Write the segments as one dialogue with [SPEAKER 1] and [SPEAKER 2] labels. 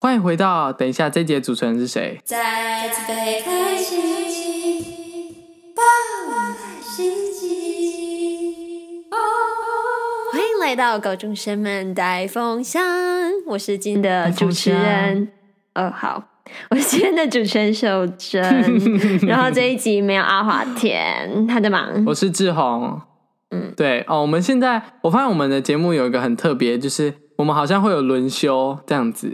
[SPEAKER 1] 欢迎回到，等一下这节主持人是谁？
[SPEAKER 2] 再次被开启，爆满心机。
[SPEAKER 3] 欢迎来到高中生们带风箱，我是今天的主持人。哦，好， 我是今天的主持人守真。然后这一集没有阿华田，他在忙。
[SPEAKER 1] 我是志宏。嗯，对哦，我们现在我发现我们的节目有一个很特别，就是我们好像会有轮休这样 子，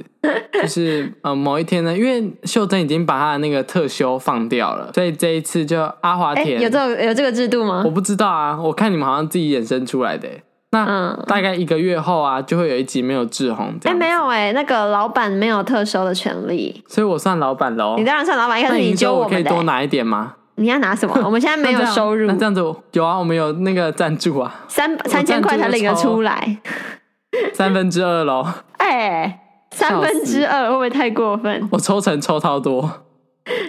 [SPEAKER 1] 就是呃某一天呢，因为秀珍已经把她的那个特休放掉了，所以这一次就阿华
[SPEAKER 3] 哎，
[SPEAKER 1] 田
[SPEAKER 3] 有这种有这个制度吗
[SPEAKER 1] 我？不知道啊，我看你们好像自己衍生出来的欸。那
[SPEAKER 3] 嗯
[SPEAKER 1] 大概一个月后啊，就会有一集没有志宏这
[SPEAKER 3] 哎，
[SPEAKER 1] 样。
[SPEAKER 3] 没，有哎，那个老板没有特收的权利。
[SPEAKER 1] 所以我算老板喽
[SPEAKER 3] 你。当然算老板，一开
[SPEAKER 1] 哦那
[SPEAKER 3] 始
[SPEAKER 1] 营
[SPEAKER 3] 揪
[SPEAKER 1] 收我可
[SPEAKER 3] 们
[SPEAKER 1] 以
[SPEAKER 3] 的
[SPEAKER 1] 多
[SPEAKER 3] 欸。
[SPEAKER 1] 拿一点吗？
[SPEAKER 3] 你要拿什么？我们现在
[SPEAKER 1] 那
[SPEAKER 3] 没有
[SPEAKER 1] 这样
[SPEAKER 3] 收入
[SPEAKER 1] 那，这样子我有啊，我们有那个赞助啊，
[SPEAKER 3] 三三千块才领得出来。
[SPEAKER 1] 三分之二喽，
[SPEAKER 3] 哎，三分之二会不会太过分？
[SPEAKER 1] 我抽成抽超多。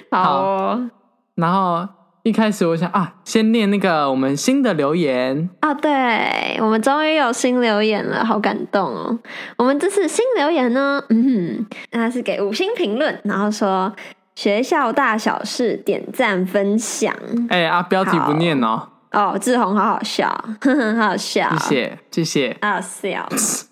[SPEAKER 3] 好哦。
[SPEAKER 1] 然后一开始我想啊，先念那个我们新的留言，
[SPEAKER 3] 哦，对，我们终于有新留言了，好感动哦！我们这次新留言呢，嗯，那是给五星评论，然后说学校大小事点赞分享
[SPEAKER 1] 哎、啊，标题不念哦，
[SPEAKER 3] 哦，志宏好好笑， 呵呵，好好笑，
[SPEAKER 1] 谢，谢谢谢。
[SPEAKER 3] 好好笑，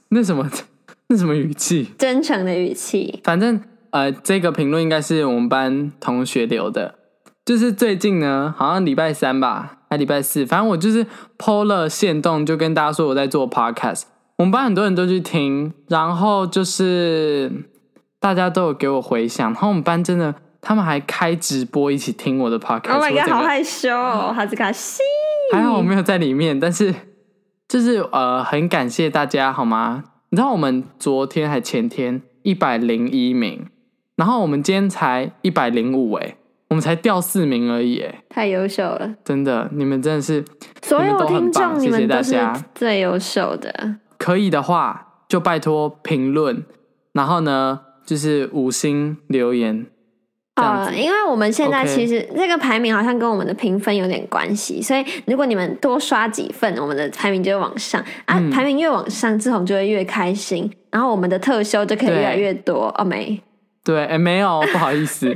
[SPEAKER 1] 那什么 那什么语气？
[SPEAKER 3] 真诚的语气，
[SPEAKER 1] 反正呃，这个评论应该是我们班同学留的，就是最近呢，好像礼拜三吧，还礼拜四，反正我就是 PO 了线动，就跟大家说我在做 podcast，我们班很多人都去听，然后就是大家都有给我回响，然后我们班真的。他们还开直播一起听我的 podcast，
[SPEAKER 3] Oh
[SPEAKER 1] 我
[SPEAKER 3] my
[SPEAKER 1] 整
[SPEAKER 3] god，
[SPEAKER 1] 个
[SPEAKER 3] 好害羞、哦，哈兹卡西，
[SPEAKER 1] 还好我没有在里面，但是就是呃，很感谢大家，好吗？你知道我们昨天还前天一百零一名，然后我们今天才一百零五，哎，我们才掉四名而已，哎，
[SPEAKER 3] 太优秀了，
[SPEAKER 1] 真的，你们真的是
[SPEAKER 3] 所有听众
[SPEAKER 1] 你
[SPEAKER 3] 你
[SPEAKER 1] 们
[SPEAKER 3] 们
[SPEAKER 1] 都很棒
[SPEAKER 3] 都
[SPEAKER 1] 谢谢
[SPEAKER 3] 是
[SPEAKER 1] 大家
[SPEAKER 3] 最优秀的，
[SPEAKER 1] 可以的话，就拜托评论，然后呢，就是五星留言，这样
[SPEAKER 3] 好
[SPEAKER 1] 子
[SPEAKER 3] 了，呃因为我们现在
[SPEAKER 1] OK
[SPEAKER 3] 其实这个排名好像跟我们的评分有点关系，所以如果你们多刷几份，我们的排名就会往上啊。
[SPEAKER 1] 嗯
[SPEAKER 3] 排名越往上，志宏就会越开心，然后我们的特休就可以
[SPEAKER 1] 对
[SPEAKER 3] 越来越多哦。没，
[SPEAKER 1] 对，哎、没有，不好意 思。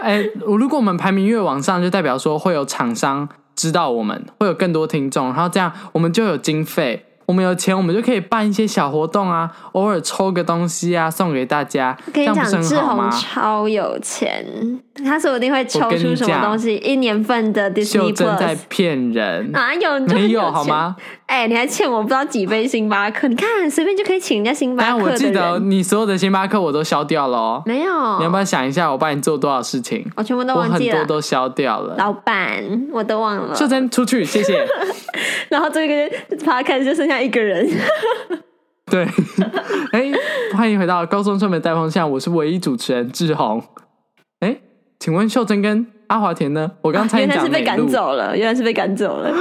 [SPEAKER 1] 哎、我如果我们排名越往上，就代表说会有厂商知道我们，会有更多听众，然后这样我们就有经费，我们有钱，我们就可以办一些小活动啊，偶尔抽个东西啊，送给大家，
[SPEAKER 3] 跟
[SPEAKER 1] 这样
[SPEAKER 3] 你
[SPEAKER 1] 不
[SPEAKER 3] 讲，
[SPEAKER 1] 是
[SPEAKER 3] 志
[SPEAKER 1] 很好
[SPEAKER 3] 宏
[SPEAKER 1] 吗？
[SPEAKER 3] 超有钱，他说不定会抽
[SPEAKER 1] 我跟你
[SPEAKER 3] 出什么
[SPEAKER 1] 讲
[SPEAKER 3] 东西，一年份的
[SPEAKER 1] 秀
[SPEAKER 3] Disney
[SPEAKER 1] 珍在
[SPEAKER 3] Plus。
[SPEAKER 1] 骗人，
[SPEAKER 3] 哪有？你就很
[SPEAKER 1] 没有
[SPEAKER 3] 钱
[SPEAKER 1] 好？吗？
[SPEAKER 3] 哎、你还欠我不知道几杯星巴克，你看随便就可以请人家星巴
[SPEAKER 1] 但
[SPEAKER 3] 克的
[SPEAKER 1] 我
[SPEAKER 3] 人。
[SPEAKER 1] 记得你所有的星巴克我都消掉了哦。
[SPEAKER 3] 没有，
[SPEAKER 1] 你要不要想一下，我帮你做多少事情？
[SPEAKER 3] 我全部都
[SPEAKER 1] 我
[SPEAKER 3] 忘
[SPEAKER 1] 很
[SPEAKER 3] 记
[SPEAKER 1] 多
[SPEAKER 3] 了。
[SPEAKER 1] 都消掉了。
[SPEAKER 3] 老板，我都忘了。
[SPEAKER 1] 秀珍出去，谢 谢。
[SPEAKER 3] 然后这个 podcast 就剩下一个人，
[SPEAKER 1] 对，哎、欢迎回到高中生们带风向，我是唯一主持人志宏。哎、请问秀珍跟阿华田呢？我刚才
[SPEAKER 3] 啊原来
[SPEAKER 1] 讲
[SPEAKER 3] 是被
[SPEAKER 1] 美
[SPEAKER 3] 赶
[SPEAKER 1] 露，
[SPEAKER 3] 走了，原来是被赶走了。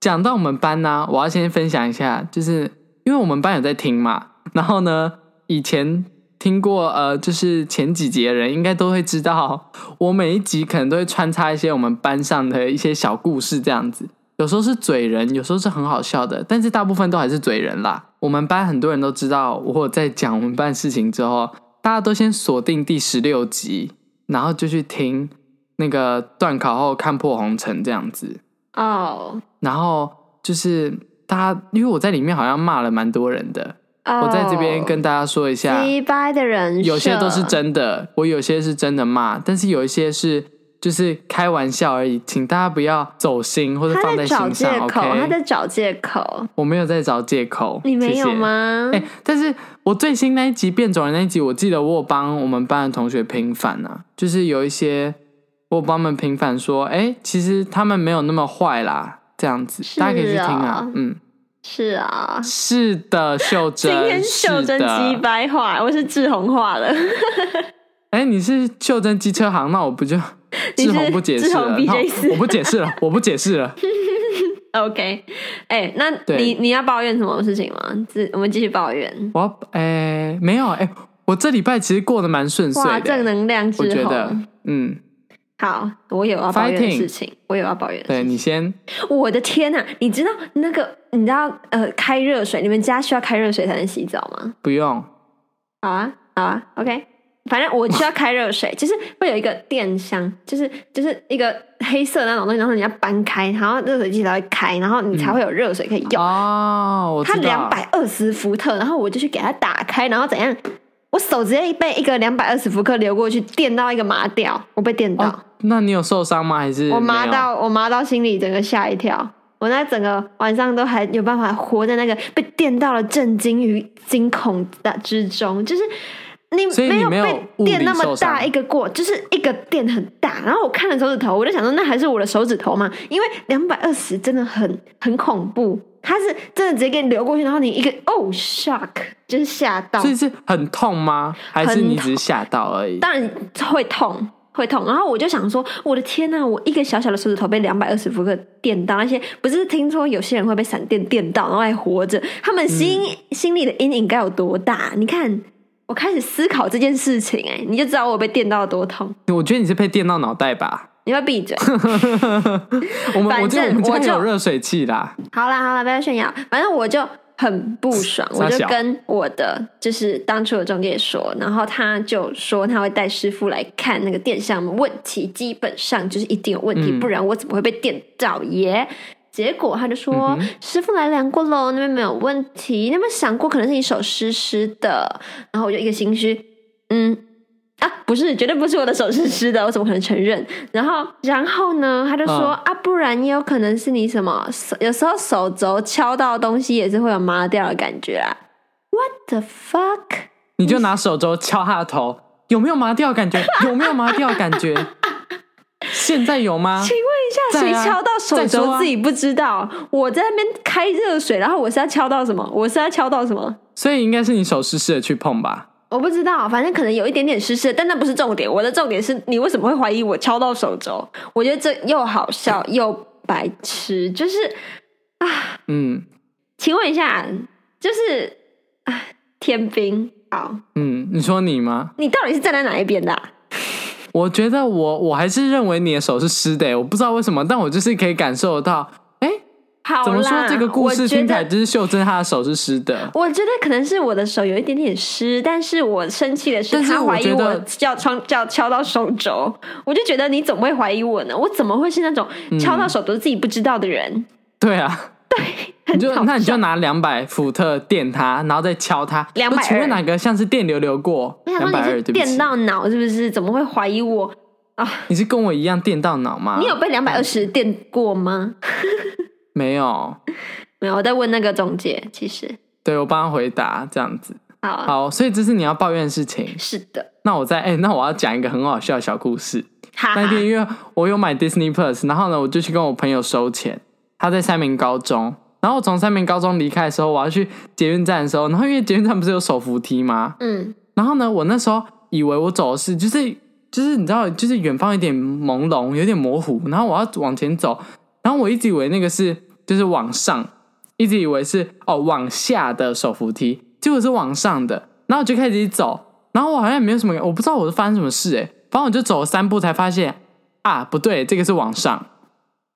[SPEAKER 1] 讲到我们班呢、我要先分享一下，就是因为我们班有在听嘛，然后呢，以前听过呃，就是前几节的人应该都会知道，我每一集可能都会穿插一些我们班上的一些小故事这样子，有时候是嘴人，有时候是很好笑的，但是大部分都还是嘴人啦。我们班很多人都知道，我有在讲我们班事情之后，大家都先锁定第十六集，然后就去听那个断考后看破红尘这样子。
[SPEAKER 3] 哦
[SPEAKER 1] 然后就是大家，因为我在里面好像骂了蛮多人的，我在这边跟大家说一下，
[SPEAKER 3] 击败哦的人设，
[SPEAKER 1] 有些都是真的，我有些是真的骂，但是有一些是就是开玩笑而已，请大家不要走心或者
[SPEAKER 3] 他
[SPEAKER 1] 放
[SPEAKER 3] 在找
[SPEAKER 1] 心
[SPEAKER 3] 借
[SPEAKER 1] 上。
[SPEAKER 3] 口，他
[SPEAKER 1] OK，
[SPEAKER 3] 在找借口，
[SPEAKER 1] 我没有在找借口，
[SPEAKER 3] 你没
[SPEAKER 1] 谢
[SPEAKER 3] 有
[SPEAKER 1] 谢？
[SPEAKER 3] 吗？
[SPEAKER 1] 哎、但是我最新那一集变种人那一集，我记得我有帮我们班的同学平反啊，就是有一些我有帮他们平反说，哎、其实他们没有那么坏啦，这样子，
[SPEAKER 3] 是
[SPEAKER 1] 大家可以去听啊
[SPEAKER 3] 哦，
[SPEAKER 1] 嗯，
[SPEAKER 3] 是啊。
[SPEAKER 1] 是的，秀
[SPEAKER 3] 今
[SPEAKER 1] 珍，
[SPEAKER 3] 天秀
[SPEAKER 1] 是
[SPEAKER 3] 珍
[SPEAKER 1] 的
[SPEAKER 3] 击败化，我是志宏化了，
[SPEAKER 1] 哎、你是秀珍机车行，那我不就
[SPEAKER 3] 你是
[SPEAKER 1] 志宏不解释
[SPEAKER 3] 志宏
[SPEAKER 1] 了，
[SPEAKER 3] BJ
[SPEAKER 1] 那我不解释 了，我不解释了。
[SPEAKER 3] OK，哎、那
[SPEAKER 1] 对
[SPEAKER 3] 你你要抱怨什么事情吗？自我们继续抱怨。
[SPEAKER 1] 我要哎、没有哎、我这礼拜其实过得蛮顺遂
[SPEAKER 3] 哇，
[SPEAKER 1] 的、
[SPEAKER 3] 正能量
[SPEAKER 1] 我
[SPEAKER 3] 志
[SPEAKER 1] 觉得
[SPEAKER 3] 宏，，
[SPEAKER 1] 嗯，
[SPEAKER 3] 好，我有要抱怨的
[SPEAKER 1] Fighting
[SPEAKER 3] 事情，我有要抱怨的事
[SPEAKER 1] 对
[SPEAKER 3] 情。
[SPEAKER 1] 你先，
[SPEAKER 3] 我的天呐、你知道那个，你知道呃，开热水，你们家需要开热水才能洗澡吗？
[SPEAKER 1] 不用，
[SPEAKER 3] 好啊，好啊，OK。反正我需要开热 水，就是会有一个电箱，就是就是一个黑色的那种东西，然后你要搬开，然后热水器才会开，然后你才会有热水可以用。
[SPEAKER 1] 哦，我
[SPEAKER 3] 它
[SPEAKER 1] 知
[SPEAKER 3] 两
[SPEAKER 1] 道，
[SPEAKER 3] 百二十伏特，然后我就去给它打开，然后怎样？我手直接被一个两百二十伏特流过去，电到一个麻掉，我被电到，
[SPEAKER 1] 哦，那你有受伤吗？还是
[SPEAKER 3] 我麻
[SPEAKER 1] 没有？
[SPEAKER 3] 到我麻到心里整个吓一跳，我那整个晚上都还有办法活在那个被电到了震惊与惊恐的之中，就是。你
[SPEAKER 1] 所以
[SPEAKER 3] 没
[SPEAKER 1] 你
[SPEAKER 3] 有
[SPEAKER 1] 没有
[SPEAKER 3] 被
[SPEAKER 1] 物理
[SPEAKER 3] 电那么
[SPEAKER 1] 受
[SPEAKER 3] 大
[SPEAKER 1] 伤
[SPEAKER 3] 一个过，就是一个电很大。然后我看了手指头，我就想说，那还是我的手指头嘛，因为两百二十真的很很恐怖，它是真的直接给你流过去，然后你一个哦 shock，就是吓到。
[SPEAKER 1] 所以是很痛吗？还是
[SPEAKER 3] 很
[SPEAKER 1] 你只是吓到而已？
[SPEAKER 3] 当然会痛，会痛。然后我就想说，我的天呐、我一个小小的手指头被两百二十伏特电到，而且不是听说有些人会被闪电电到，然后还活着，他们心、心里的阴影该有多大？你看，我开始思考这件事情、哎，你就知道我被电到有多痛。
[SPEAKER 1] 我觉得你是被电到脑袋吧。
[SPEAKER 3] 你要闭嘴！
[SPEAKER 1] 我们
[SPEAKER 3] 反
[SPEAKER 1] 我记得我
[SPEAKER 3] 正
[SPEAKER 1] 们家
[SPEAKER 3] 我就
[SPEAKER 1] 有热水器啦，
[SPEAKER 3] 好啦好啦，不要炫耀。反正我就很不爽，
[SPEAKER 1] 傻
[SPEAKER 3] 我就
[SPEAKER 1] 小
[SPEAKER 3] 跟我的就是当初的中介说，然后他就说他会带师傅来看那个电箱有没有问题，基本上就是一定有问题，
[SPEAKER 1] 嗯
[SPEAKER 3] 不然我怎么会被电到耶？结果他就说、
[SPEAKER 1] 嗯哼
[SPEAKER 3] 师傅来量过喽，那边没有问题。那边想过可能是你手湿湿的，然后我就一个心虚，嗯。啊，不是，绝对不是我的手是湿的，我怎么可能承认？然后，然后呢，他就说、啊，不然也有可能是你什么，手有时候手肘敲到东西也是会有麻掉的感觉啊。What the fuck？
[SPEAKER 1] 你就拿手肘敲他的头，有没有麻掉感觉？有没有麻掉感觉？现在有吗？
[SPEAKER 3] 请问
[SPEAKER 1] 在
[SPEAKER 3] 一下，
[SPEAKER 1] 啊
[SPEAKER 3] 谁敲到手
[SPEAKER 1] 再说
[SPEAKER 3] 肘
[SPEAKER 1] 啊
[SPEAKER 3] 自己不知道？我在那边开热水，然后我是要敲到什么？我是要敲到什么？
[SPEAKER 1] 所以应该是你手湿湿的去碰吧。
[SPEAKER 3] 我不知道，反正可能有一点点湿湿的，但那不是重点。我的重点是你为什么会怀疑我敲到手肘？我觉得这又好笑又白痴，就是。
[SPEAKER 1] 嗯
[SPEAKER 3] 请问一下，就是啊，天兵，好，
[SPEAKER 1] 嗯，你说你吗？
[SPEAKER 3] 你到底是站在哪一边的啊、
[SPEAKER 1] 我觉得我我还是认为你的手是湿的欸、我不知道为什么，但我就是可以感受到。哎、
[SPEAKER 3] 好
[SPEAKER 1] 怎么
[SPEAKER 3] 啦
[SPEAKER 1] 说这个故事
[SPEAKER 3] 我觉
[SPEAKER 1] 听起来
[SPEAKER 3] 得，
[SPEAKER 1] 就是秀珍她的手是湿的。
[SPEAKER 3] 我觉得可能是我的手有一点点湿，但是我生气的是，
[SPEAKER 1] 但是
[SPEAKER 3] 他
[SPEAKER 1] 我
[SPEAKER 3] 怀疑
[SPEAKER 1] 觉得
[SPEAKER 3] 我要敲要敲到手肘，我就觉得你怎么会怀疑我呢？我怎么会是那种
[SPEAKER 1] 嗯
[SPEAKER 3] 敲到手肘自己不知道的人？
[SPEAKER 1] 对啊，对，你
[SPEAKER 3] 很
[SPEAKER 1] 就
[SPEAKER 3] 好
[SPEAKER 1] 那你就
[SPEAKER 3] 笑
[SPEAKER 1] 拿两百伏特电它，然后再敲它。
[SPEAKER 3] 220
[SPEAKER 1] 不请问哪个像是电流流过？
[SPEAKER 3] 我想
[SPEAKER 1] 两
[SPEAKER 3] 说
[SPEAKER 1] 百
[SPEAKER 3] 你
[SPEAKER 1] 二，
[SPEAKER 3] 是
[SPEAKER 1] 对不
[SPEAKER 3] 电
[SPEAKER 1] 起，
[SPEAKER 3] 到脑是不是？怎么会怀疑我？
[SPEAKER 1] 你是跟我一样电到脑吗？
[SPEAKER 3] 你有被两百二十电过吗？
[SPEAKER 1] 没有？
[SPEAKER 3] 没有，我在问那个中介。其实，
[SPEAKER 1] 对我帮他回答这样子。
[SPEAKER 3] 好，
[SPEAKER 1] 好，所以这是你要抱怨的事情。
[SPEAKER 3] 是的，
[SPEAKER 1] 那我再哎、那我要讲一个很好笑的小故事。
[SPEAKER 3] 哈啊哈
[SPEAKER 1] 那，天因为我有买 Disney Plus，然后呢，我就去跟我朋友收钱。他在三明高中，然后我从三明高中离开的时候，我要去捷运站的时候，然后因为捷运站不是有手扶梯吗？
[SPEAKER 3] 嗯，
[SPEAKER 1] 然后呢，我那时候以为我走的是就是就是你知道，就是远方有点朦胧，有点模糊，然后我要往前走，然后我一直以为那个是就是往上，一直以为是哦往下的手扶梯，结果是往上的，然后我就开始走，然后我好像也没有什么感，我不知道我是发生什么事哎、欸，反正我就走了三步才发现啊不对，这个是往上，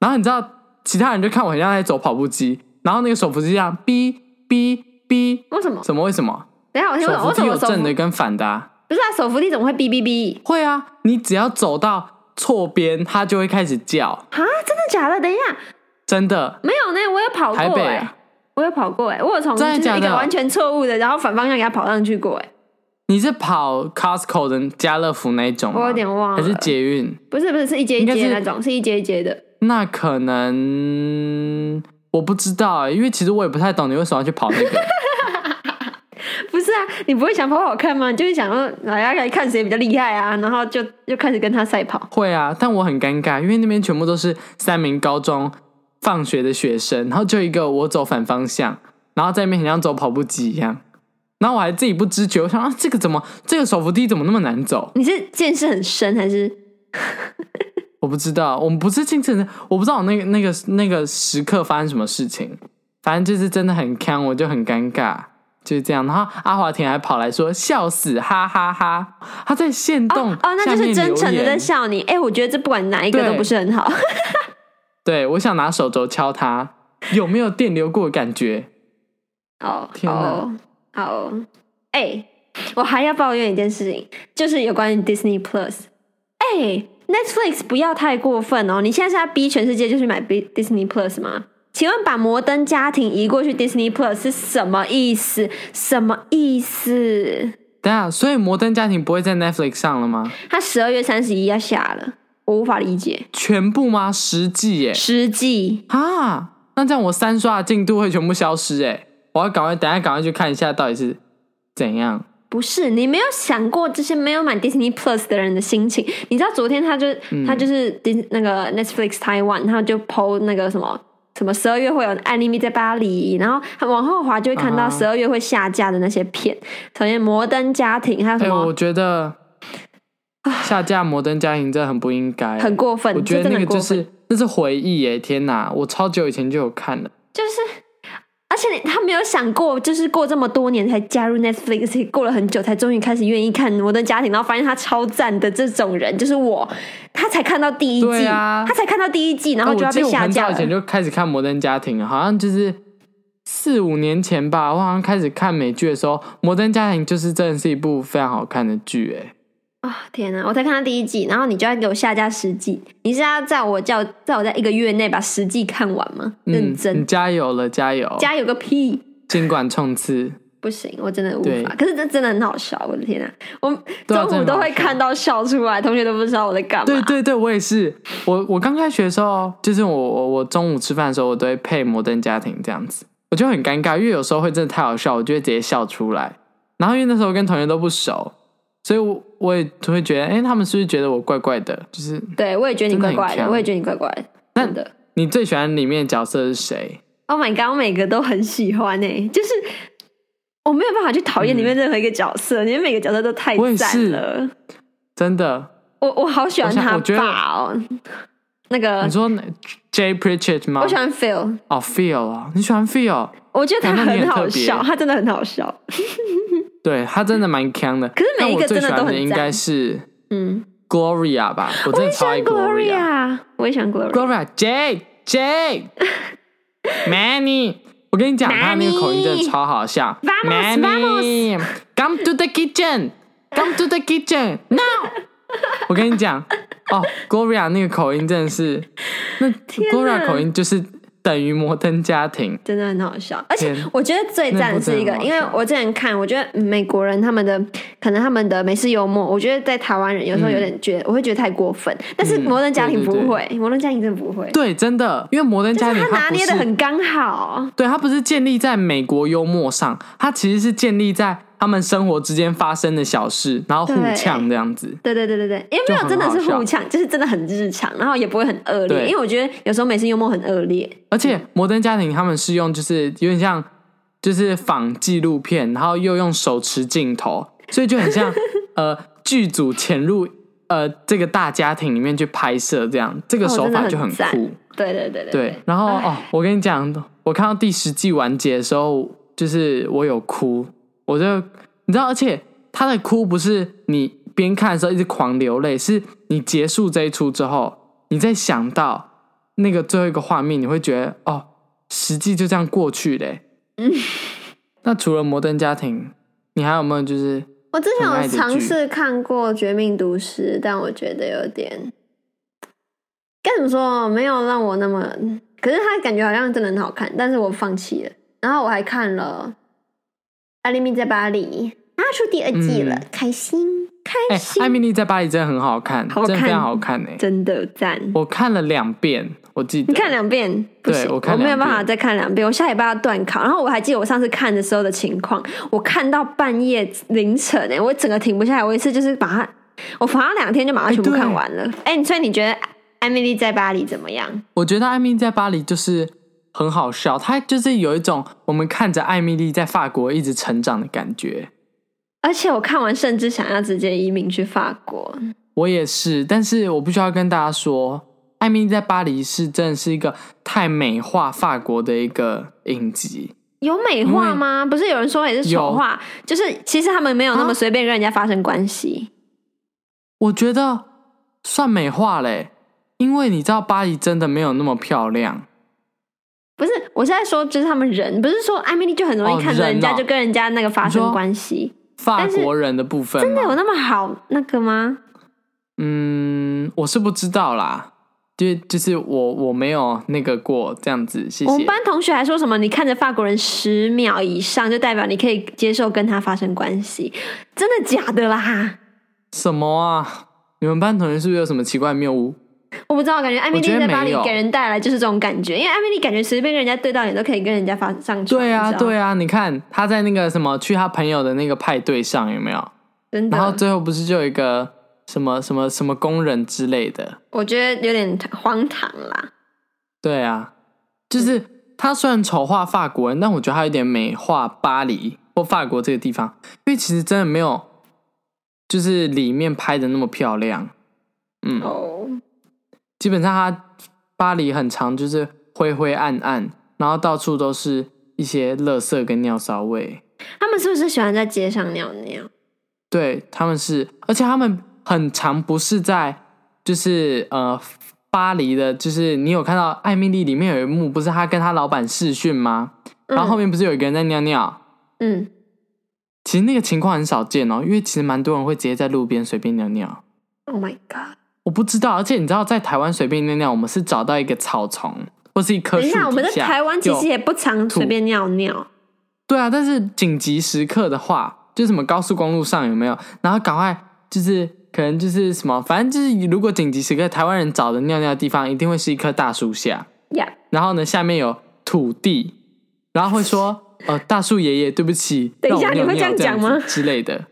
[SPEAKER 1] 然后你知道其他人就看我很像在走跑步机，然后那个手扶梯这样哔哔哔，
[SPEAKER 3] 为什么？
[SPEAKER 1] 怎么为什么？
[SPEAKER 3] 等一下，我听 不
[SPEAKER 1] 手
[SPEAKER 3] 懂，
[SPEAKER 1] 扶
[SPEAKER 3] 为
[SPEAKER 1] 梯
[SPEAKER 3] 什
[SPEAKER 1] 有
[SPEAKER 3] 么手扶
[SPEAKER 1] 正的跟反的、啊。
[SPEAKER 3] 不是啊？手扶梯怎么会哔哔哔？
[SPEAKER 1] 会啊，你只要走到错边，它就会开始叫，
[SPEAKER 3] 啊，真的假的？等一下，
[SPEAKER 1] 真的。
[SPEAKER 3] 没有呢，我有跑过
[SPEAKER 1] 台北
[SPEAKER 3] 哎、
[SPEAKER 1] 啊，
[SPEAKER 3] 我有跑过哎、我有从
[SPEAKER 1] 真的
[SPEAKER 3] 就是
[SPEAKER 1] 假
[SPEAKER 3] 一
[SPEAKER 1] 的
[SPEAKER 3] 个完全错误的，然后反方向给他跑上去过哎、
[SPEAKER 1] 你是跑 Costco 的家乐福那一种吗？
[SPEAKER 3] 我有点忘了
[SPEAKER 1] 还是捷运？
[SPEAKER 3] 不是不是，是一阶一
[SPEAKER 1] 应
[SPEAKER 3] 阶
[SPEAKER 1] 该
[SPEAKER 3] 那
[SPEAKER 1] 是
[SPEAKER 3] 种，是一阶一阶的。
[SPEAKER 1] 那可能我不知道、欸，因为其实我也不太懂你为什么要去跑那个。
[SPEAKER 3] 不是啊，你不会想跑跑看吗？你就是想说来啊，来看谁比较厉害啊，然后就就开始跟他赛跑。
[SPEAKER 1] 会啊，但我很尴尬，因为那边全部都是三名高中放学的学生，然后就一个我走反方向，然后在那边很像走跑步机一样，然后我还自己不知觉，我想啊，这个怎么这个手扶梯怎么那么难走？
[SPEAKER 3] 你是见识很深还是？
[SPEAKER 1] 我不知道，我们不是精神人，我不知道我那个那个那个时刻发生什么事情，反正就是真的很坑，我就很尴尬，就是这样。然后阿华田还跑来说笑死，哈哈哈他在线动、
[SPEAKER 3] 哦，那就是真诚的在。笑你。哎、我觉得这不管哪一个
[SPEAKER 1] 对
[SPEAKER 3] 都不是很好。
[SPEAKER 1] 对，我想拿手肘敲他，有没有电流过的感觉？
[SPEAKER 3] 哦，
[SPEAKER 1] 天哪
[SPEAKER 3] 好哦，好哦，哎、我还要抱怨一件事情，就是有关于 Disney Plus。哎、Netflix 不要太过分哦！你现在是要逼全世界就去买 B- Disney Plus 吗？请问把《摩登家庭》移过去 Disney Plus 是什么意思？什么意思？
[SPEAKER 1] 等一下，所以《摩登家庭》不会在 Netflix 上了吗？
[SPEAKER 3] 它十二月三十一要下了，我无法理解。
[SPEAKER 1] 全部吗？十季耶！
[SPEAKER 3] 实际
[SPEAKER 1] 啊，那这样我三刷的进度会全部消失哎！我要赶快，等一下赶快去看一下到底是怎样。
[SPEAKER 3] 不是你没有想过这些没有买 Disney Plus 的人的心情。你知道昨天他就、
[SPEAKER 1] 嗯
[SPEAKER 3] 他就是 Dis 那个 Netflix Taiwan，他就 PO 那个什么。什么十二月会有《艾丽蜜在巴黎》，然后往后滑就会看
[SPEAKER 1] 啊
[SPEAKER 3] 到
[SPEAKER 1] 哈
[SPEAKER 3] 十二月会下架的那些片，首先《摩登家庭》，还有
[SPEAKER 1] 哎、
[SPEAKER 3] 什
[SPEAKER 1] 我
[SPEAKER 3] 么
[SPEAKER 1] 觉得下架《摩登家庭》真的很不应该，
[SPEAKER 3] 很过分，
[SPEAKER 1] 我觉
[SPEAKER 3] 这
[SPEAKER 1] 得
[SPEAKER 3] 真的
[SPEAKER 1] 那
[SPEAKER 3] 很
[SPEAKER 1] 个
[SPEAKER 3] 过
[SPEAKER 1] 就
[SPEAKER 3] 分，
[SPEAKER 1] 是那是回忆耶！天哪，我超久以前就有看了。
[SPEAKER 3] 就是，而且他没有想过，就是过这么多年才加入 Netflix，过了 很久才终于开始愿意看《摩登家庭》，然后发现他超赞的这种人，就是我，他才看到第一季，
[SPEAKER 1] 对啊
[SPEAKER 3] 他才看到第一季，然后
[SPEAKER 1] 哎
[SPEAKER 3] 就
[SPEAKER 1] 我
[SPEAKER 3] 要
[SPEAKER 1] 记
[SPEAKER 3] 被
[SPEAKER 1] 得我
[SPEAKER 3] 下
[SPEAKER 1] 很
[SPEAKER 3] 架
[SPEAKER 1] 早以
[SPEAKER 3] 了。
[SPEAKER 1] 前就开始看《摩登家庭》了，好像就是四五年前吧。我好像开始看美剧的时候，《摩登家庭》就是真的是一部非常好看的剧哎。
[SPEAKER 3] 啊、天哪！我才看到第一季，然后你就要给我下架十季，你是要在我叫在我在一个月内把十季看完吗？
[SPEAKER 1] 嗯
[SPEAKER 3] 认真，
[SPEAKER 1] 你加油了，加油！
[SPEAKER 3] 加油个屁！
[SPEAKER 1] 尽管冲刺。
[SPEAKER 3] 不行，我真的无
[SPEAKER 1] 对
[SPEAKER 3] 法。可是这真的很好笑，我的天哪！我
[SPEAKER 1] 对啊
[SPEAKER 3] 中午
[SPEAKER 1] 真的
[SPEAKER 3] 都
[SPEAKER 1] 很
[SPEAKER 3] 会
[SPEAKER 1] 好笑
[SPEAKER 3] 看到笑出来，同学都不知道我在干嘛。
[SPEAKER 1] 对对对，我也是。我我刚开学的时候，就是我我我中午吃饭的时候，我都会配《摩登家庭》这样子，我就很尴尬，因为有时候会真的太好笑，我就会直接笑出来。然后因为那时候跟同学都不熟，所以我我也会觉得，哎、他们是不是觉得我怪怪的？就是
[SPEAKER 3] 对，我也觉得你怪怪
[SPEAKER 1] 真的很
[SPEAKER 3] 的，
[SPEAKER 1] 强
[SPEAKER 3] 我也觉得你怪怪的，真的。
[SPEAKER 1] 你最喜欢里面的角色是谁？
[SPEAKER 3] Oh my god，我每个都很喜欢诶、就是我没有办法去讨厌里面任何一个角色，因为每个角色都太
[SPEAKER 1] 嗯我也
[SPEAKER 3] 赞
[SPEAKER 1] 是
[SPEAKER 3] 了。
[SPEAKER 1] 真的，
[SPEAKER 3] 我我好喜欢
[SPEAKER 1] 我想
[SPEAKER 3] 他
[SPEAKER 1] 我觉得
[SPEAKER 3] 爸哦，那个
[SPEAKER 1] 你说哪 J. Pritchett 吗
[SPEAKER 3] 呃我喜？欢 Phil，
[SPEAKER 1] 哦，Phil 啊，你喜欢 Phil？
[SPEAKER 3] 我觉得他
[SPEAKER 1] 哇那你
[SPEAKER 3] 很
[SPEAKER 1] 很
[SPEAKER 3] 好
[SPEAKER 1] 特别
[SPEAKER 3] 笑，他真的很好笑。
[SPEAKER 1] 对他真的蛮强的。可
[SPEAKER 3] 是每一个真的都很赞
[SPEAKER 1] 应该是
[SPEAKER 3] 嗯，
[SPEAKER 1] Gloria 吧？我真的超爱 Gloria。
[SPEAKER 3] 我也喜欢 Gloria，
[SPEAKER 1] Gloria Jake Jake Manny，我跟你讲，他那个口音真的超好笑。
[SPEAKER 3] Vamos,
[SPEAKER 1] Manny, come to the kitchen, come to the kitchen now。我跟你讲，哦，Gloria 那个口音真的是，那
[SPEAKER 3] 哪
[SPEAKER 1] Gloria 口音就是等于摩登家庭。
[SPEAKER 3] 真的很好笑，而且
[SPEAKER 1] 天
[SPEAKER 3] 我觉得最赞的是一个
[SPEAKER 1] 那，部真
[SPEAKER 3] 因
[SPEAKER 1] 的
[SPEAKER 3] 为
[SPEAKER 1] 很好笑
[SPEAKER 3] 我之前看，我觉得美国人他们的可能他们的美式幽默，我觉得在台湾人有时候有点觉得，我会觉得太过分。但是
[SPEAKER 1] 嗯
[SPEAKER 3] 摩登家庭
[SPEAKER 1] 对
[SPEAKER 3] 不
[SPEAKER 1] 对对
[SPEAKER 3] 会，摩登家庭真的不会，
[SPEAKER 1] 对，真的，因为摩登
[SPEAKER 3] 就
[SPEAKER 1] 家
[SPEAKER 3] 是
[SPEAKER 1] 庭
[SPEAKER 3] 他拿
[SPEAKER 1] 不
[SPEAKER 3] 捏的
[SPEAKER 1] 是
[SPEAKER 3] 很刚好。
[SPEAKER 1] 对，它不是建立在美国幽默上，它其实是建立在他们生活之间发生的小事，然后互
[SPEAKER 3] 对
[SPEAKER 1] 呛这样子。
[SPEAKER 3] 对对对对对，因为没有
[SPEAKER 1] 就很
[SPEAKER 3] 真的是
[SPEAKER 1] 好笑
[SPEAKER 3] 互呛，就是真的很日常，然后也不会很恶劣。
[SPEAKER 1] 对
[SPEAKER 3] 因为我觉得有时候美式幽默很恶劣，
[SPEAKER 1] 而且《摩登家庭》他们是用就是有点像，就是仿纪录片，然后又用手持镜头，所以就很 像呃剧组潜入呃这个大家庭里面去拍摄，这样这个
[SPEAKER 3] 哦
[SPEAKER 1] 手
[SPEAKER 3] 真的
[SPEAKER 1] 法
[SPEAKER 3] 很
[SPEAKER 1] 就很酷。
[SPEAKER 3] 赞对对对对
[SPEAKER 1] 对，然后哦，我跟你讲，我看到第十季完结的时候，就是我有哭，我就你知道，而且他的哭不是你边看的时候一直狂流泪，是你结束这一出之后，你再想到那个最后一个画面，你会觉得哦，实际就这样过去 嘞。嗯，那除了《摩登家庭》，你还有没有就是
[SPEAKER 3] 我之前
[SPEAKER 1] 很爱
[SPEAKER 3] 有
[SPEAKER 1] 的剧
[SPEAKER 3] 尝试看过《绝命毒师》，但我觉得有点该怎么说，没有让我那么。可是他感觉好像真的很好看，但是我放弃了。然后我还看了《艾丽蜜在巴黎》，它出第二季了，
[SPEAKER 1] 嗯
[SPEAKER 3] 开心开
[SPEAKER 1] 哎，
[SPEAKER 3] 心，
[SPEAKER 1] 艾米丽在巴黎》真的很好看，
[SPEAKER 3] 好看
[SPEAKER 1] 真的非常好看哎、
[SPEAKER 3] 真的赞。
[SPEAKER 1] 我看了两遍，我记得
[SPEAKER 3] 你看两遍不
[SPEAKER 1] 对
[SPEAKER 3] 行，
[SPEAKER 1] 我看
[SPEAKER 3] 没有
[SPEAKER 1] 两
[SPEAKER 3] 办法
[SPEAKER 1] 遍
[SPEAKER 3] 再看两遍，我下礼拜要断考。然后我还记得我上次看的时候的情况，我看到半夜凌晨哎、我整个停不下来，我一次就是把它，我反正两天就把它全部
[SPEAKER 1] 对
[SPEAKER 3] 看完了。哎、你所以你觉得《艾米丽在巴黎》怎么样？
[SPEAKER 1] 我觉得《艾米丽在巴黎》就是很好笑，它就是有一种我们看着艾米丽在法国一直成长的感觉。
[SPEAKER 3] 而且我看完甚至想要直接移民去法国，
[SPEAKER 1] 我也是，但是我必须要跟大家说，《艾米丽在巴黎》是真的是一个太美化法国的一个影集。
[SPEAKER 3] 有美化吗？不是有人说也是丑
[SPEAKER 1] 有
[SPEAKER 3] 化，就是其实他们没有那么
[SPEAKER 1] 啊
[SPEAKER 3] 随便跟人家发生关系。
[SPEAKER 1] 我觉得算美化嘞，因为你知道巴黎真的没有那么漂亮。
[SPEAKER 3] 不是，我是在说，就是他们人，不是说艾米丽就很容
[SPEAKER 1] 哦
[SPEAKER 3] 易看着人家
[SPEAKER 1] 人哦
[SPEAKER 3] 就跟人家那个发
[SPEAKER 1] 你
[SPEAKER 3] 生
[SPEAKER 1] 说
[SPEAKER 3] 关系。
[SPEAKER 1] 法
[SPEAKER 3] 但是
[SPEAKER 1] 国人的部分
[SPEAKER 3] 真的
[SPEAKER 1] 吗
[SPEAKER 3] 有那么好那个吗？
[SPEAKER 1] 嗯，我是不知道啦，就就是我我没有那个过这样子，谢
[SPEAKER 3] 我们
[SPEAKER 1] 谢。
[SPEAKER 3] 班同学还说什么，你看着法国人十秒以上，就代表你可以接受跟他发生关系，真的假的啦？
[SPEAKER 1] 什么啊？你们班同学是不是有什么奇怪谬误？
[SPEAKER 3] 我不知道，感觉艾米
[SPEAKER 1] 我觉
[SPEAKER 3] 丽
[SPEAKER 1] 得
[SPEAKER 3] 在巴
[SPEAKER 1] 没
[SPEAKER 3] 黎
[SPEAKER 1] 有
[SPEAKER 3] 给人带来就是这种感觉，因为艾米丽感觉随便跟人家对到眼都可以跟人家发上床，
[SPEAKER 1] 对啊，
[SPEAKER 3] 你知道吗
[SPEAKER 1] 对啊，你看他在那个什么去他朋友的那个派对上有没有？
[SPEAKER 3] 真
[SPEAKER 1] 然后
[SPEAKER 3] 的，
[SPEAKER 1] 最后不是就有一个什么什么什么工人之类的？
[SPEAKER 3] 我觉得有点荒唐啦。
[SPEAKER 1] 对啊，就是他虽然丑化法国人，但我觉得他有点美化巴黎或法国这个地方，因为其实真的没有，就是里面拍的那么漂亮。嗯，
[SPEAKER 3] 哦，
[SPEAKER 1] 基本上它巴黎很长，就是灰灰暗暗，然后到处都是一些垃圾跟尿骚味。
[SPEAKER 3] 他们是不是喜欢在街上尿尿？
[SPEAKER 1] 对，他们是，而且他们很长不是在就是呃巴黎的，就是你有看到《艾米丽》里面有一幕，不是她跟她老板试训吗？然后后面不是有一个人在尿尿？
[SPEAKER 3] 嗯，
[SPEAKER 1] 其实那个情况很少见哦，因为其实蛮多人会直接在路边随便尿尿。
[SPEAKER 3] 嗯，Oh my god！
[SPEAKER 1] 我不知道，而且你知道，在台湾随便尿尿，我们是找到一个草丛或是一棵树
[SPEAKER 3] 等一
[SPEAKER 1] 底下。
[SPEAKER 3] 下，我们在台湾其
[SPEAKER 1] 有
[SPEAKER 3] 实也不常
[SPEAKER 1] 吐
[SPEAKER 3] 随便尿尿，
[SPEAKER 1] 对啊，但是紧急时刻的话，就什么高速公路上有没有？然后赶快就是可能就是什么，反正就是如果紧急时刻，台湾人找的尿尿的地方一定会是一棵大树下，
[SPEAKER 3] 呀、
[SPEAKER 1] 然后呢下面有土地，然后会说 呃大树爷爷对不起，
[SPEAKER 3] 等一下
[SPEAKER 1] 让我尿尿
[SPEAKER 3] 你会这样讲吗
[SPEAKER 1] 这样子之类的，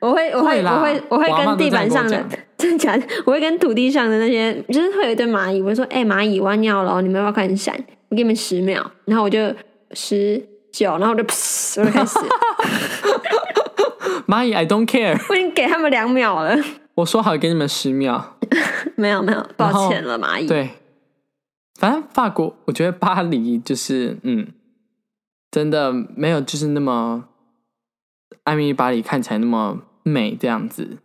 [SPEAKER 3] 我会，我
[SPEAKER 1] 会
[SPEAKER 3] 会，
[SPEAKER 1] 啦
[SPEAKER 3] 我会，我
[SPEAKER 1] 我阿
[SPEAKER 3] 会
[SPEAKER 1] 嬷
[SPEAKER 3] 跟
[SPEAKER 1] 都
[SPEAKER 3] 地
[SPEAKER 1] 这样跟
[SPEAKER 3] 板
[SPEAKER 1] 我
[SPEAKER 3] 上的
[SPEAKER 1] 讲，
[SPEAKER 3] 真假的，我会跟土地上的那些，就是会有一堆蚂蚁，我就说，哎、蚂蚁，我要尿了哦，你们要不要快点闪？我给你们十秒，然后我就十九，然后我就噗，我就开始，
[SPEAKER 1] 蚂蚁 I don't care，
[SPEAKER 3] 我已经给他们两秒了，
[SPEAKER 1] 我说好给你们十秒，
[SPEAKER 3] 没有没有，
[SPEAKER 1] 然后
[SPEAKER 3] 抱歉了，蚂蚁。
[SPEAKER 1] 对，反正法国，我觉得巴黎就是嗯，真的没有就是那么艾米丽巴黎看起来那么美这样子。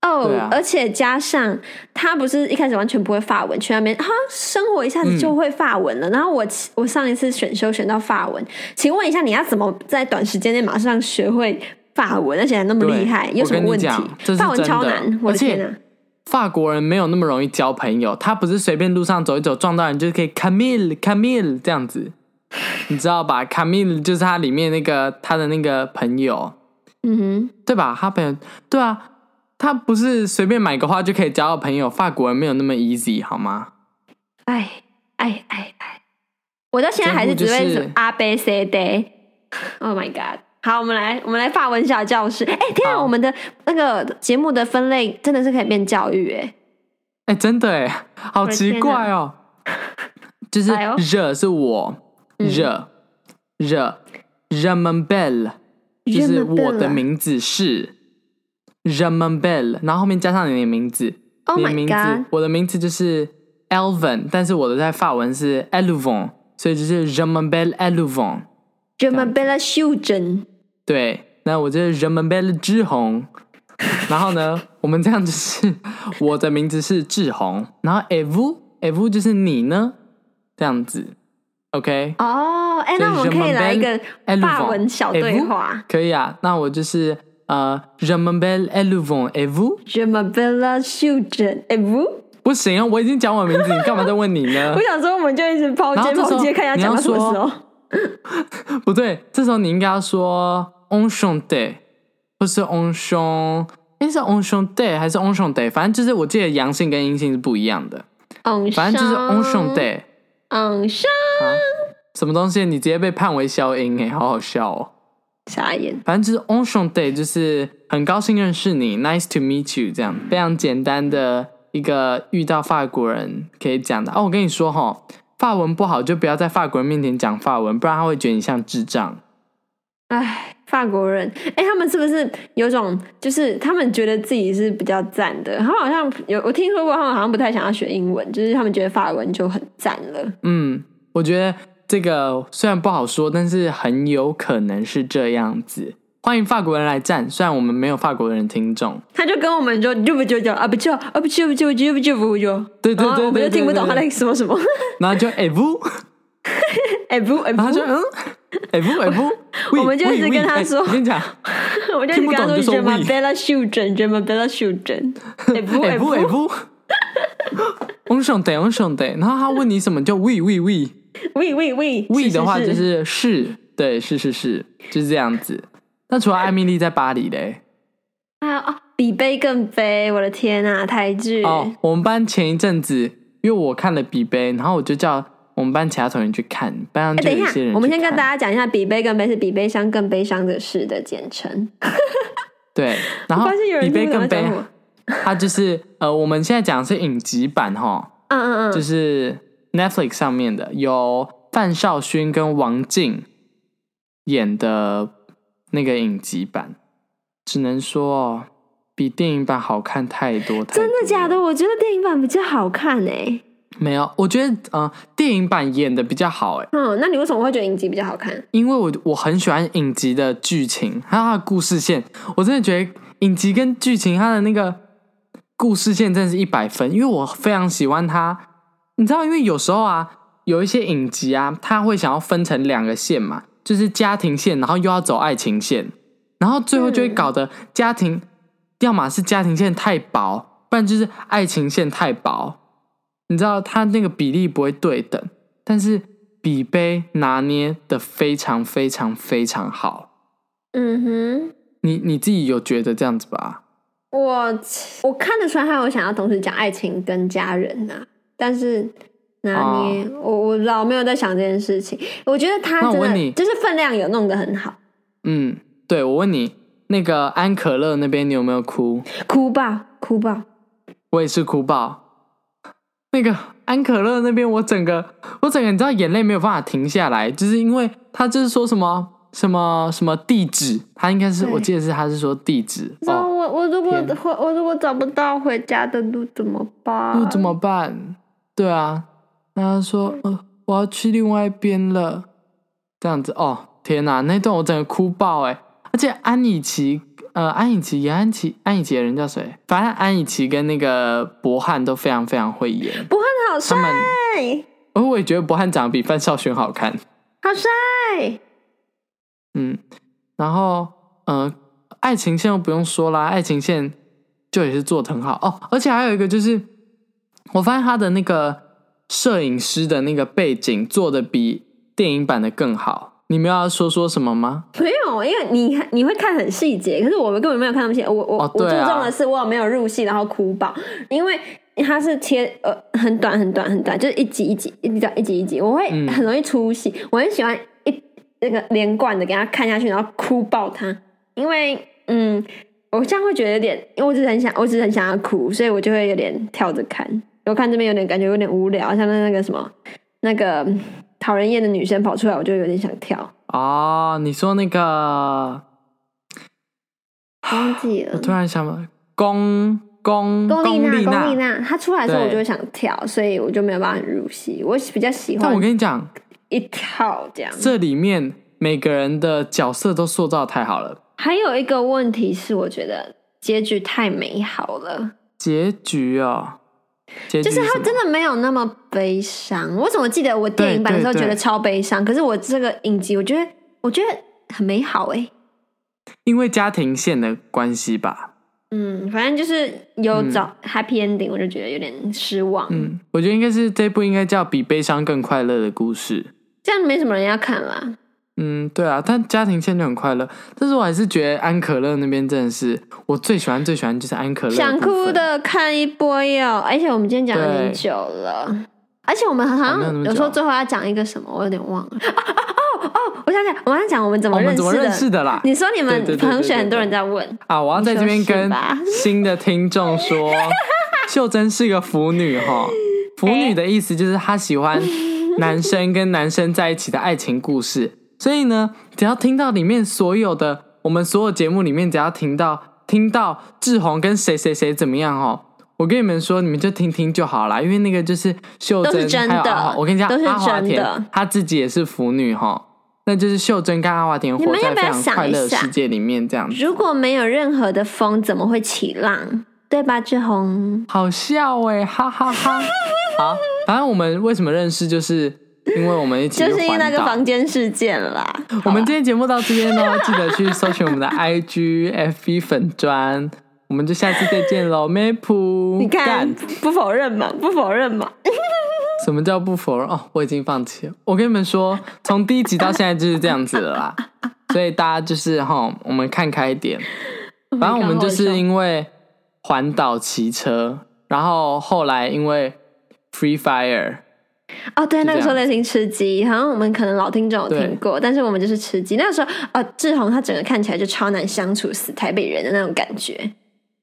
[SPEAKER 3] 哦、
[SPEAKER 1] 对啊
[SPEAKER 3] 而且加上他不是一开始完全不会法文，去那边哈生活一下
[SPEAKER 1] 嗯
[SPEAKER 3] 子就会法文了。然后我我上一次选修选到法文，请问一下你要怎么在短时间内马上学会法文，而且还那么
[SPEAKER 1] 对
[SPEAKER 3] 厉害？有什么
[SPEAKER 1] 我
[SPEAKER 3] 问
[SPEAKER 1] 跟你
[SPEAKER 3] 题
[SPEAKER 1] 讲这？是
[SPEAKER 3] 法文
[SPEAKER 1] 真的
[SPEAKER 3] 超难，我
[SPEAKER 1] 而
[SPEAKER 3] 的
[SPEAKER 1] 且
[SPEAKER 3] 天啊哪！
[SPEAKER 1] 法国人没有那么容易交朋友，他不是随便路上走一走撞到人就是可以 Camille Camille 这样子，你知道吧？Camille 就是他里面那个他的那个朋友，
[SPEAKER 3] 嗯
[SPEAKER 1] 对吧？他朋友对啊，他不是随便买个花就可以交到朋友，法国人没有那么 easy 好吗？
[SPEAKER 3] 哼，哎哎哎哎，我到现在还是只
[SPEAKER 1] 全部
[SPEAKER 3] 会
[SPEAKER 1] 就是
[SPEAKER 3] 说阿贝 C d Oh my god！好，我们来我们来法文小教室。哎、天啊，
[SPEAKER 1] 好
[SPEAKER 3] 我们的那个节目的分类真的是可以变教育哎、
[SPEAKER 1] 哎、真的哎，好
[SPEAKER 3] 的
[SPEAKER 1] 奇
[SPEAKER 3] 天
[SPEAKER 1] 怪哦。 就是
[SPEAKER 3] 哎呦嗯
[SPEAKER 1] 热是我热热 r e m a n b e l 就是我的
[SPEAKER 3] Remembella
[SPEAKER 1] 名字是 r e m a n b e l 然后后面加上你的名字，
[SPEAKER 3] Oh
[SPEAKER 1] 你的
[SPEAKER 3] my
[SPEAKER 1] 名
[SPEAKER 3] god！
[SPEAKER 1] 字，我的名字就是 Elvin，但是我的在法文是 Elvon，所以就是 r e m a n b e l Elvon。
[SPEAKER 3] 这么被他修整，
[SPEAKER 1] 对，那我就是 r e m a n b e l 志宏。然后呢，我们这样就是我的名字是志宏，然后 Evu Evu 就是你呢，这样子，OK。
[SPEAKER 3] 哦，哎，
[SPEAKER 1] 所以
[SPEAKER 3] 那我们可以来一个
[SPEAKER 1] Jean-Mabel
[SPEAKER 3] 法文小对
[SPEAKER 1] Elvon，
[SPEAKER 3] 话。
[SPEAKER 1] 可以啊。那我就是呃 r e m a n b e l Elvon Evu，
[SPEAKER 3] 这么被他修整，哎不，
[SPEAKER 1] 不行啊，我已经讲我名字，你干嘛再问你呢
[SPEAKER 3] 我？想说我们就一直抛
[SPEAKER 1] 然后
[SPEAKER 3] 接
[SPEAKER 1] 这时候
[SPEAKER 3] 抛接，看一下讲到什么时 候。
[SPEAKER 1] 不对，这时候你应该要说 on s h o n day，或是 on s h o n 应该是 on s h o n day 还是 on s h o n day，反正就是我记得阳性跟阴性是不一样的，
[SPEAKER 3] 嗯，
[SPEAKER 1] 反正就是 on s h o n day。
[SPEAKER 3] 嗯上
[SPEAKER 1] 什么东西？你直接被判为消音哎，好好笑哦！
[SPEAKER 3] 傻眼。
[SPEAKER 1] 反正就是 on s h o n day，就是很高兴认识你，nice to meet you，这样非常简单的一个遇到法国人可以讲的哦。我跟你说哈、法文不好就不要在法国人面前讲法文，不然他会觉得你像智障。
[SPEAKER 3] 哎，法国人，哎，他们是不是有种就是他们觉得自己是比较赞的？他们好像有我听说过，他们好像不太想要学英文，就是他们觉得法文就很赞了。
[SPEAKER 1] 嗯，我觉得这个虽然不好说，但是很有可能是这样子。欢迎法国人来站，虽然我们没有法国人听众。
[SPEAKER 3] 他就跟我们就就不就讲啊不就啊不就不就不就不就不就，
[SPEAKER 1] 对对
[SPEAKER 3] 然后
[SPEAKER 1] 对
[SPEAKER 3] 我们
[SPEAKER 1] 对
[SPEAKER 3] 就
[SPEAKER 1] 对
[SPEAKER 3] 听不 懂
[SPEAKER 1] 对
[SPEAKER 3] 他在说什么。
[SPEAKER 1] 然后就哎不，
[SPEAKER 3] 哎不哎
[SPEAKER 1] 然后
[SPEAKER 3] 不
[SPEAKER 1] 就，嗯，哎不哎不，
[SPEAKER 3] 我们就一直跟他
[SPEAKER 1] 喂喂
[SPEAKER 3] 说
[SPEAKER 1] 哎我跟你 讲，
[SPEAKER 3] 我就
[SPEAKER 1] 听
[SPEAKER 3] 一直
[SPEAKER 1] 不
[SPEAKER 3] 跟他
[SPEAKER 1] 懂就
[SPEAKER 3] 说
[SPEAKER 1] 说
[SPEAKER 3] j a m a
[SPEAKER 1] we
[SPEAKER 3] b e l l a s h u d r e n j a m a b e l l a s h u d r e n 哎 不
[SPEAKER 1] 哎
[SPEAKER 3] 哎
[SPEAKER 1] 不
[SPEAKER 3] 不
[SPEAKER 1] 哎不，翁兄弟翁兄弟，然后他问你什么就 we we we
[SPEAKER 3] ，we we we
[SPEAKER 1] we 的话就是是，对是是是，就是这样子。那除了艾米丽在巴黎嘞，
[SPEAKER 3] 还有啊，比悲更悲，我的天啊，台剧
[SPEAKER 1] 哦，我们班前一阵子，因为我看了比杯，然后我就叫我们班其他同学去看，班上
[SPEAKER 3] 哎，
[SPEAKER 1] 就
[SPEAKER 3] 等
[SPEAKER 1] 有
[SPEAKER 3] 一
[SPEAKER 1] 一
[SPEAKER 3] 下
[SPEAKER 1] 些人，
[SPEAKER 3] 我们先跟大
[SPEAKER 1] 家
[SPEAKER 3] 家讲一下，比悲更悲是比悲伤更悲伤的事的简称。
[SPEAKER 1] 对，然
[SPEAKER 3] 我
[SPEAKER 1] 后
[SPEAKER 3] 发现有
[SPEAKER 1] 比
[SPEAKER 3] 人
[SPEAKER 1] 杯
[SPEAKER 3] 听不懂
[SPEAKER 1] 更
[SPEAKER 3] 在
[SPEAKER 1] 悲
[SPEAKER 3] 讲，我。
[SPEAKER 1] 它就是呃，我们现在讲的是影集版哈，
[SPEAKER 3] 嗯嗯
[SPEAKER 1] 就
[SPEAKER 3] 嗯，
[SPEAKER 1] 是 Netflix 上面的，有范少勋跟王静演的那个影集版，只能说比电影版好看太多，太
[SPEAKER 3] 真的
[SPEAKER 1] 多
[SPEAKER 3] 假
[SPEAKER 1] 了
[SPEAKER 3] 的？我觉得电影版比较好看哎。
[SPEAKER 1] 没有，我觉得呃，电影版演的比较好哎。
[SPEAKER 3] 嗯，那你为什么会觉得影集比较好看？
[SPEAKER 1] 因为我我很喜欢影集的剧情，还有它的故事线，我真的觉得影集跟剧情它的那个故事线真的是一百分，因为我非常喜欢它。你知道，因为有时候啊，有一些影集啊，它会想要分成两个线嘛，就是家庭线，然后又要走爱情线，然后最后就会
[SPEAKER 3] 嗯
[SPEAKER 1] 搞得家庭，要么是家庭线太薄，不然就是爱情线太薄。你知道，它那个比例不会对等。但是比杯拿捏的非常非常非常好。
[SPEAKER 3] 嗯哼。
[SPEAKER 1] 你你自己有觉得这样子吧？
[SPEAKER 3] 我我看得出来，他有想要同时讲爱情跟家人呐、但是
[SPEAKER 1] 哦
[SPEAKER 3] 拿捏，我我不知道，我没有在想这件事情。我觉得他
[SPEAKER 1] 那我
[SPEAKER 3] 真
[SPEAKER 1] 问你
[SPEAKER 3] 的就是分量有弄得很好，
[SPEAKER 1] 嗯，对，我问你，那个安可乐那边你有没有哭？
[SPEAKER 3] 哭爆哭爆，
[SPEAKER 1] 哦我也是哭爆。那个安可乐那边，我整个我整个你知道眼泪没有办法停下来，就是因为他就是说什么什么什么地址，他应该是
[SPEAKER 3] 对
[SPEAKER 1] 我记得是他是说地址
[SPEAKER 3] 然后
[SPEAKER 1] 哦，
[SPEAKER 3] 我我如果
[SPEAKER 1] 天
[SPEAKER 3] 回我如果找不到回家的路怎么办？
[SPEAKER 1] 那怎么办？对啊，然后他说，呃，我要去另外一边了，这样子哦，天哪，那段我整个哭爆哎、而且安以琪，呃，安以琪、杨安琪、安以琪的人叫谁？反正安以琪跟那个博翰都非常非常会演，
[SPEAKER 3] 不汉
[SPEAKER 1] 他
[SPEAKER 3] 好帅，
[SPEAKER 1] 们，而我也觉得博翰长得比范少勋好看，
[SPEAKER 3] 好帅，
[SPEAKER 1] 嗯，然后，呃，爱情线又不用说啦，爱情线就也是做的很好哦，而且还有一个就是，我发现他的那个摄影师的那个背景做的比电影版的更好。你们要说说什么吗？
[SPEAKER 3] 没有，因为你你会看很细节，可是我们根本没有看那么细。我我、
[SPEAKER 1] 哦
[SPEAKER 3] 我注
[SPEAKER 1] 对啊
[SPEAKER 3] 重的是我有没有入戏，然后哭爆，因为它是贴呃很短很短很短，就是一集一集一集一集一集，我会
[SPEAKER 1] 嗯
[SPEAKER 3] 很容易出戏。我很喜欢一那个连贯的给他看下去，然后哭爆它，因为嗯，我这样会觉得有点，因为我只是很想，我只是很想要哭，所以我就会有点跳着看。我看这边有点感觉有点无聊，像那那个什么那个嗯讨人厌的女生跑出来，我就有点想跳，
[SPEAKER 1] 哦，你说那个，
[SPEAKER 3] 呃忘记了
[SPEAKER 1] 我。突然想到龚龚
[SPEAKER 3] 龚丽
[SPEAKER 1] 丽
[SPEAKER 3] 娜，龚丽
[SPEAKER 1] 娜，
[SPEAKER 3] 娜，她出来的时候我
[SPEAKER 1] 对
[SPEAKER 3] 就会想跳，所以我就没有办法很入戏。我比较喜
[SPEAKER 1] 但我
[SPEAKER 3] 欢
[SPEAKER 1] 跟你讲，
[SPEAKER 3] 一跳这样。
[SPEAKER 1] 这里面每个人的角色都塑造得太好了，
[SPEAKER 3] 还有一个问题是，我觉得结局太美好了，
[SPEAKER 1] 结局哦，结局
[SPEAKER 3] 就是
[SPEAKER 1] 什
[SPEAKER 3] 它
[SPEAKER 1] 么
[SPEAKER 3] 真的没有那么悲伤。我怎么记得我电影版的时候
[SPEAKER 1] 对对
[SPEAKER 3] 觉
[SPEAKER 1] 对
[SPEAKER 3] 得超悲伤，可是我这个影集，我觉得我觉得很美好哎、
[SPEAKER 1] 因为家庭线的关系吧。
[SPEAKER 3] 嗯，反正就是有找 happy ending，我就觉得有点失望。
[SPEAKER 1] 嗯，我觉得应该是这部应该叫比悲伤更快乐的故事。
[SPEAKER 3] 这样没什么人要看啦。
[SPEAKER 1] 嗯，对啊，但家庭线就很快乐，但是我还是觉得安可乐那边真的是我最喜欢最喜欢就是安可乐部分
[SPEAKER 3] 想哭，的看一波哟，而且我们今天讲了很久了，而且我们好
[SPEAKER 1] 哦没有那
[SPEAKER 3] 像
[SPEAKER 1] 么久
[SPEAKER 3] 有时候最后要讲一个什么，我有点忘了。哦哦哦哦，我想想，我要讲我们怎
[SPEAKER 1] 哦
[SPEAKER 3] 么
[SPEAKER 1] 我
[SPEAKER 3] 认
[SPEAKER 1] 们怎么认
[SPEAKER 3] 识
[SPEAKER 1] 识
[SPEAKER 3] 的。
[SPEAKER 1] 的啦？
[SPEAKER 3] 你说你
[SPEAKER 1] 对对
[SPEAKER 3] 们
[SPEAKER 1] 对对
[SPEAKER 3] 同学
[SPEAKER 1] 对
[SPEAKER 3] 很多
[SPEAKER 1] 对
[SPEAKER 3] 人在问，
[SPEAKER 1] 啊，我要在这边
[SPEAKER 3] 你说是
[SPEAKER 1] 跟
[SPEAKER 3] 吧
[SPEAKER 1] 新的听众 说，秀珍是个腐女哈。腐女的意思就是她喜欢男生跟男生在一起的爱情故事，所以呢，只要听到里面所有的我们所有节目里面，只要听到听到志宏跟谁谁谁怎么样哦，我跟你们说，你们就听听就好啦，因为那个就是秀
[SPEAKER 3] 都是
[SPEAKER 1] 珍
[SPEAKER 3] 真
[SPEAKER 1] 还有
[SPEAKER 3] 的
[SPEAKER 1] 阿华，我跟你讲，
[SPEAKER 3] 都是
[SPEAKER 1] 阿华
[SPEAKER 3] 真
[SPEAKER 1] 田
[SPEAKER 3] 的
[SPEAKER 1] 她自己也是腐女哈。那就是秀珍跟阿华田
[SPEAKER 3] 你
[SPEAKER 1] 活
[SPEAKER 3] 们
[SPEAKER 1] 在
[SPEAKER 3] 要不要
[SPEAKER 1] 非常
[SPEAKER 3] 想
[SPEAKER 1] 快
[SPEAKER 3] 一
[SPEAKER 1] 乐的
[SPEAKER 3] 下
[SPEAKER 1] 世界里面，这样子。
[SPEAKER 3] 如果没有任何的风，怎么会起浪？对吧，志宏？
[SPEAKER 1] 欸 好笑哎、哈哈哈！好，反正我们为什么认识，就是因为我们一起
[SPEAKER 3] 就是因为
[SPEAKER 1] 环
[SPEAKER 3] 那个
[SPEAKER 1] 岛
[SPEAKER 3] 房间事件啦。
[SPEAKER 1] 我们今天节目到这边喽， 记得去搜寻我们的 IG、FB 粉砖，我们就下次再见喽，Map。
[SPEAKER 3] 你看
[SPEAKER 1] 干
[SPEAKER 3] 不不否认嘛，不否认嘛。
[SPEAKER 1] 什么叫不否认？哦，我已经放弃了。我跟你们说，从第一集到现在就是这样子了 啦。所以大家就是哈，我们看开一点。反正我们就是因为环岛骑车，然后后来因为 Free Fire，
[SPEAKER 3] 哦，对，那个时候
[SPEAKER 1] 这
[SPEAKER 3] 流行吃鸡，好像我们可能老听众有听过，但是我们就是吃鸡。那个时候，哦，志宏他整个看起来就超难相处死台北人的那种感觉，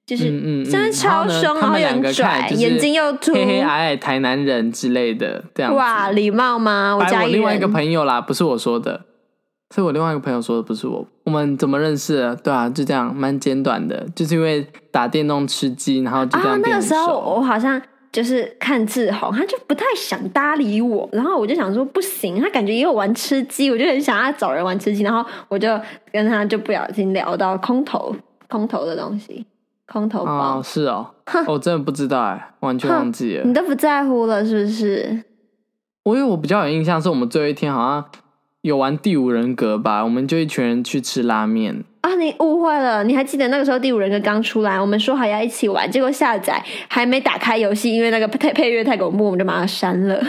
[SPEAKER 3] 就
[SPEAKER 1] 嗯
[SPEAKER 3] 是
[SPEAKER 1] 嗯嗯
[SPEAKER 3] 真的超凶，
[SPEAKER 1] 然后呢他们
[SPEAKER 3] 又
[SPEAKER 1] 两
[SPEAKER 3] 很
[SPEAKER 1] 个看
[SPEAKER 3] 拽，
[SPEAKER 1] 来就是
[SPEAKER 3] 眼睛又凸，
[SPEAKER 1] 黑黑矮矮台南人之类的这样子。
[SPEAKER 3] 哇，礼貌吗？
[SPEAKER 1] 白
[SPEAKER 3] 家
[SPEAKER 1] 我
[SPEAKER 3] 一
[SPEAKER 1] 另外一个
[SPEAKER 3] 人
[SPEAKER 1] 朋友啦，不是我说的，是我另外一个朋友说的，不是我。我们怎么认识的？对啊，就这样，蛮简短的，就是因为打电动吃鸡，然后就这
[SPEAKER 3] 啊
[SPEAKER 1] 样，
[SPEAKER 3] 那
[SPEAKER 1] 变
[SPEAKER 3] 个
[SPEAKER 1] 很
[SPEAKER 3] 时候
[SPEAKER 1] 熟
[SPEAKER 3] 我好像就是看志宏，他就不太想搭理我，然后我就想说不行，他感觉也有玩吃鸡，我就很想要找人玩吃鸡，然后我就跟他就不小心聊到空投，空投的东西，空投包，
[SPEAKER 1] 哦，是哦，我真的不知道哎，完全
[SPEAKER 3] 哼
[SPEAKER 1] 忘记了
[SPEAKER 3] 你。都不在乎了是不是？
[SPEAKER 1] 我因为我比较有印象，是我们最后一天好像有玩第五人格吧，我们就一群人去吃拉面，
[SPEAKER 3] 啊，你误会了！你还记得那个时候第五人格刚出来，我们说好要一起玩，结果下载还没打开游戏，因为那个配配乐太恐怖，我们就把它删了。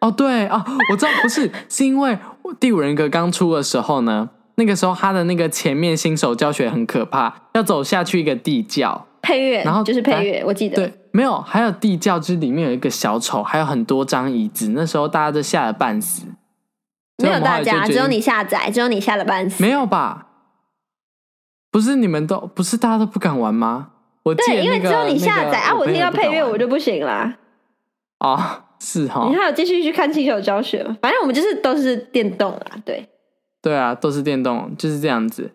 [SPEAKER 1] 哦，对哦，我知道，不是，是因为第五人格刚出的时候呢，那个时候他的那个前面新手教学很可怕，要走下去一个地窖，
[SPEAKER 3] 配乐，
[SPEAKER 1] 然后
[SPEAKER 3] 就是配乐，我记得。
[SPEAKER 1] 对，没有，还有地窖，就是里面有一个小丑，还有很多张椅子，那时候大家都吓得半死。所
[SPEAKER 3] 没
[SPEAKER 1] 以
[SPEAKER 3] 有
[SPEAKER 1] 我们后来
[SPEAKER 3] 大
[SPEAKER 1] 就
[SPEAKER 3] 家，
[SPEAKER 1] 决
[SPEAKER 3] 只有
[SPEAKER 1] 定
[SPEAKER 3] 你下载，只有你下了半死。
[SPEAKER 1] 没有吧？不是你们都不是大家都不敢玩吗？我记得
[SPEAKER 3] 对，因为
[SPEAKER 1] 那个
[SPEAKER 3] 只有你下载、
[SPEAKER 1] 那
[SPEAKER 3] 啊，
[SPEAKER 1] 个
[SPEAKER 3] 我听到
[SPEAKER 1] 朋友不
[SPEAKER 3] 配
[SPEAKER 1] 敢
[SPEAKER 3] 乐
[SPEAKER 1] 玩
[SPEAKER 3] 我就不行啦。
[SPEAKER 1] 哦，是哈、
[SPEAKER 3] 你还有继续去看新手教学吗？反正我们就是都是电动啦，对。
[SPEAKER 1] 对啊，都是电动，就是这样子。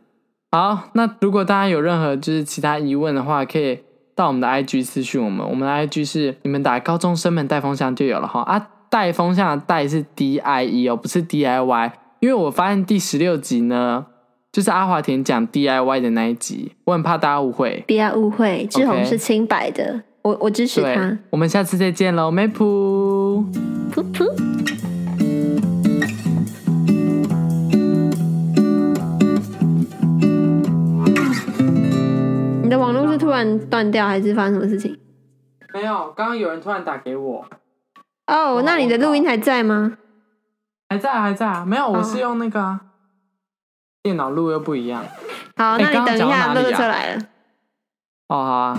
[SPEAKER 1] 好，那如果大家有任何就是其他疑问的话，可以到我们的 IG 私讯我们，我们的 IG 是你们打“高中生们带风箱”就有了哈啊，带风箱的带是 D I E 哦，不是 D I Y，因为我发现第十六集呢，就是阿华田讲 D I Y 的那一集，我很怕大家误会。
[SPEAKER 3] 不要误会，志宏
[SPEAKER 1] OK
[SPEAKER 3] 是清白的，我我支持
[SPEAKER 1] 对
[SPEAKER 3] 他。，
[SPEAKER 1] 我们下次再见喽，梅普。
[SPEAKER 3] 噗噗。你的网络是突然断掉，还是发生什么事情？
[SPEAKER 1] 没有，刚刚有人突然打给我，
[SPEAKER 3] 哦、那你的录音还在吗？
[SPEAKER 1] 还在啊还在啊，没有，我是
[SPEAKER 3] 哦
[SPEAKER 1] 用那个啊、电脑录又不一样。
[SPEAKER 3] 好，
[SPEAKER 1] 哎
[SPEAKER 3] 那
[SPEAKER 1] 刚
[SPEAKER 3] 你
[SPEAKER 1] 刚
[SPEAKER 3] 等一
[SPEAKER 1] 讲到
[SPEAKER 3] 下，
[SPEAKER 1] 哪
[SPEAKER 3] 乐
[SPEAKER 1] 里
[SPEAKER 3] 乐
[SPEAKER 1] 啊
[SPEAKER 3] 车来了。
[SPEAKER 1] 哦，好啊。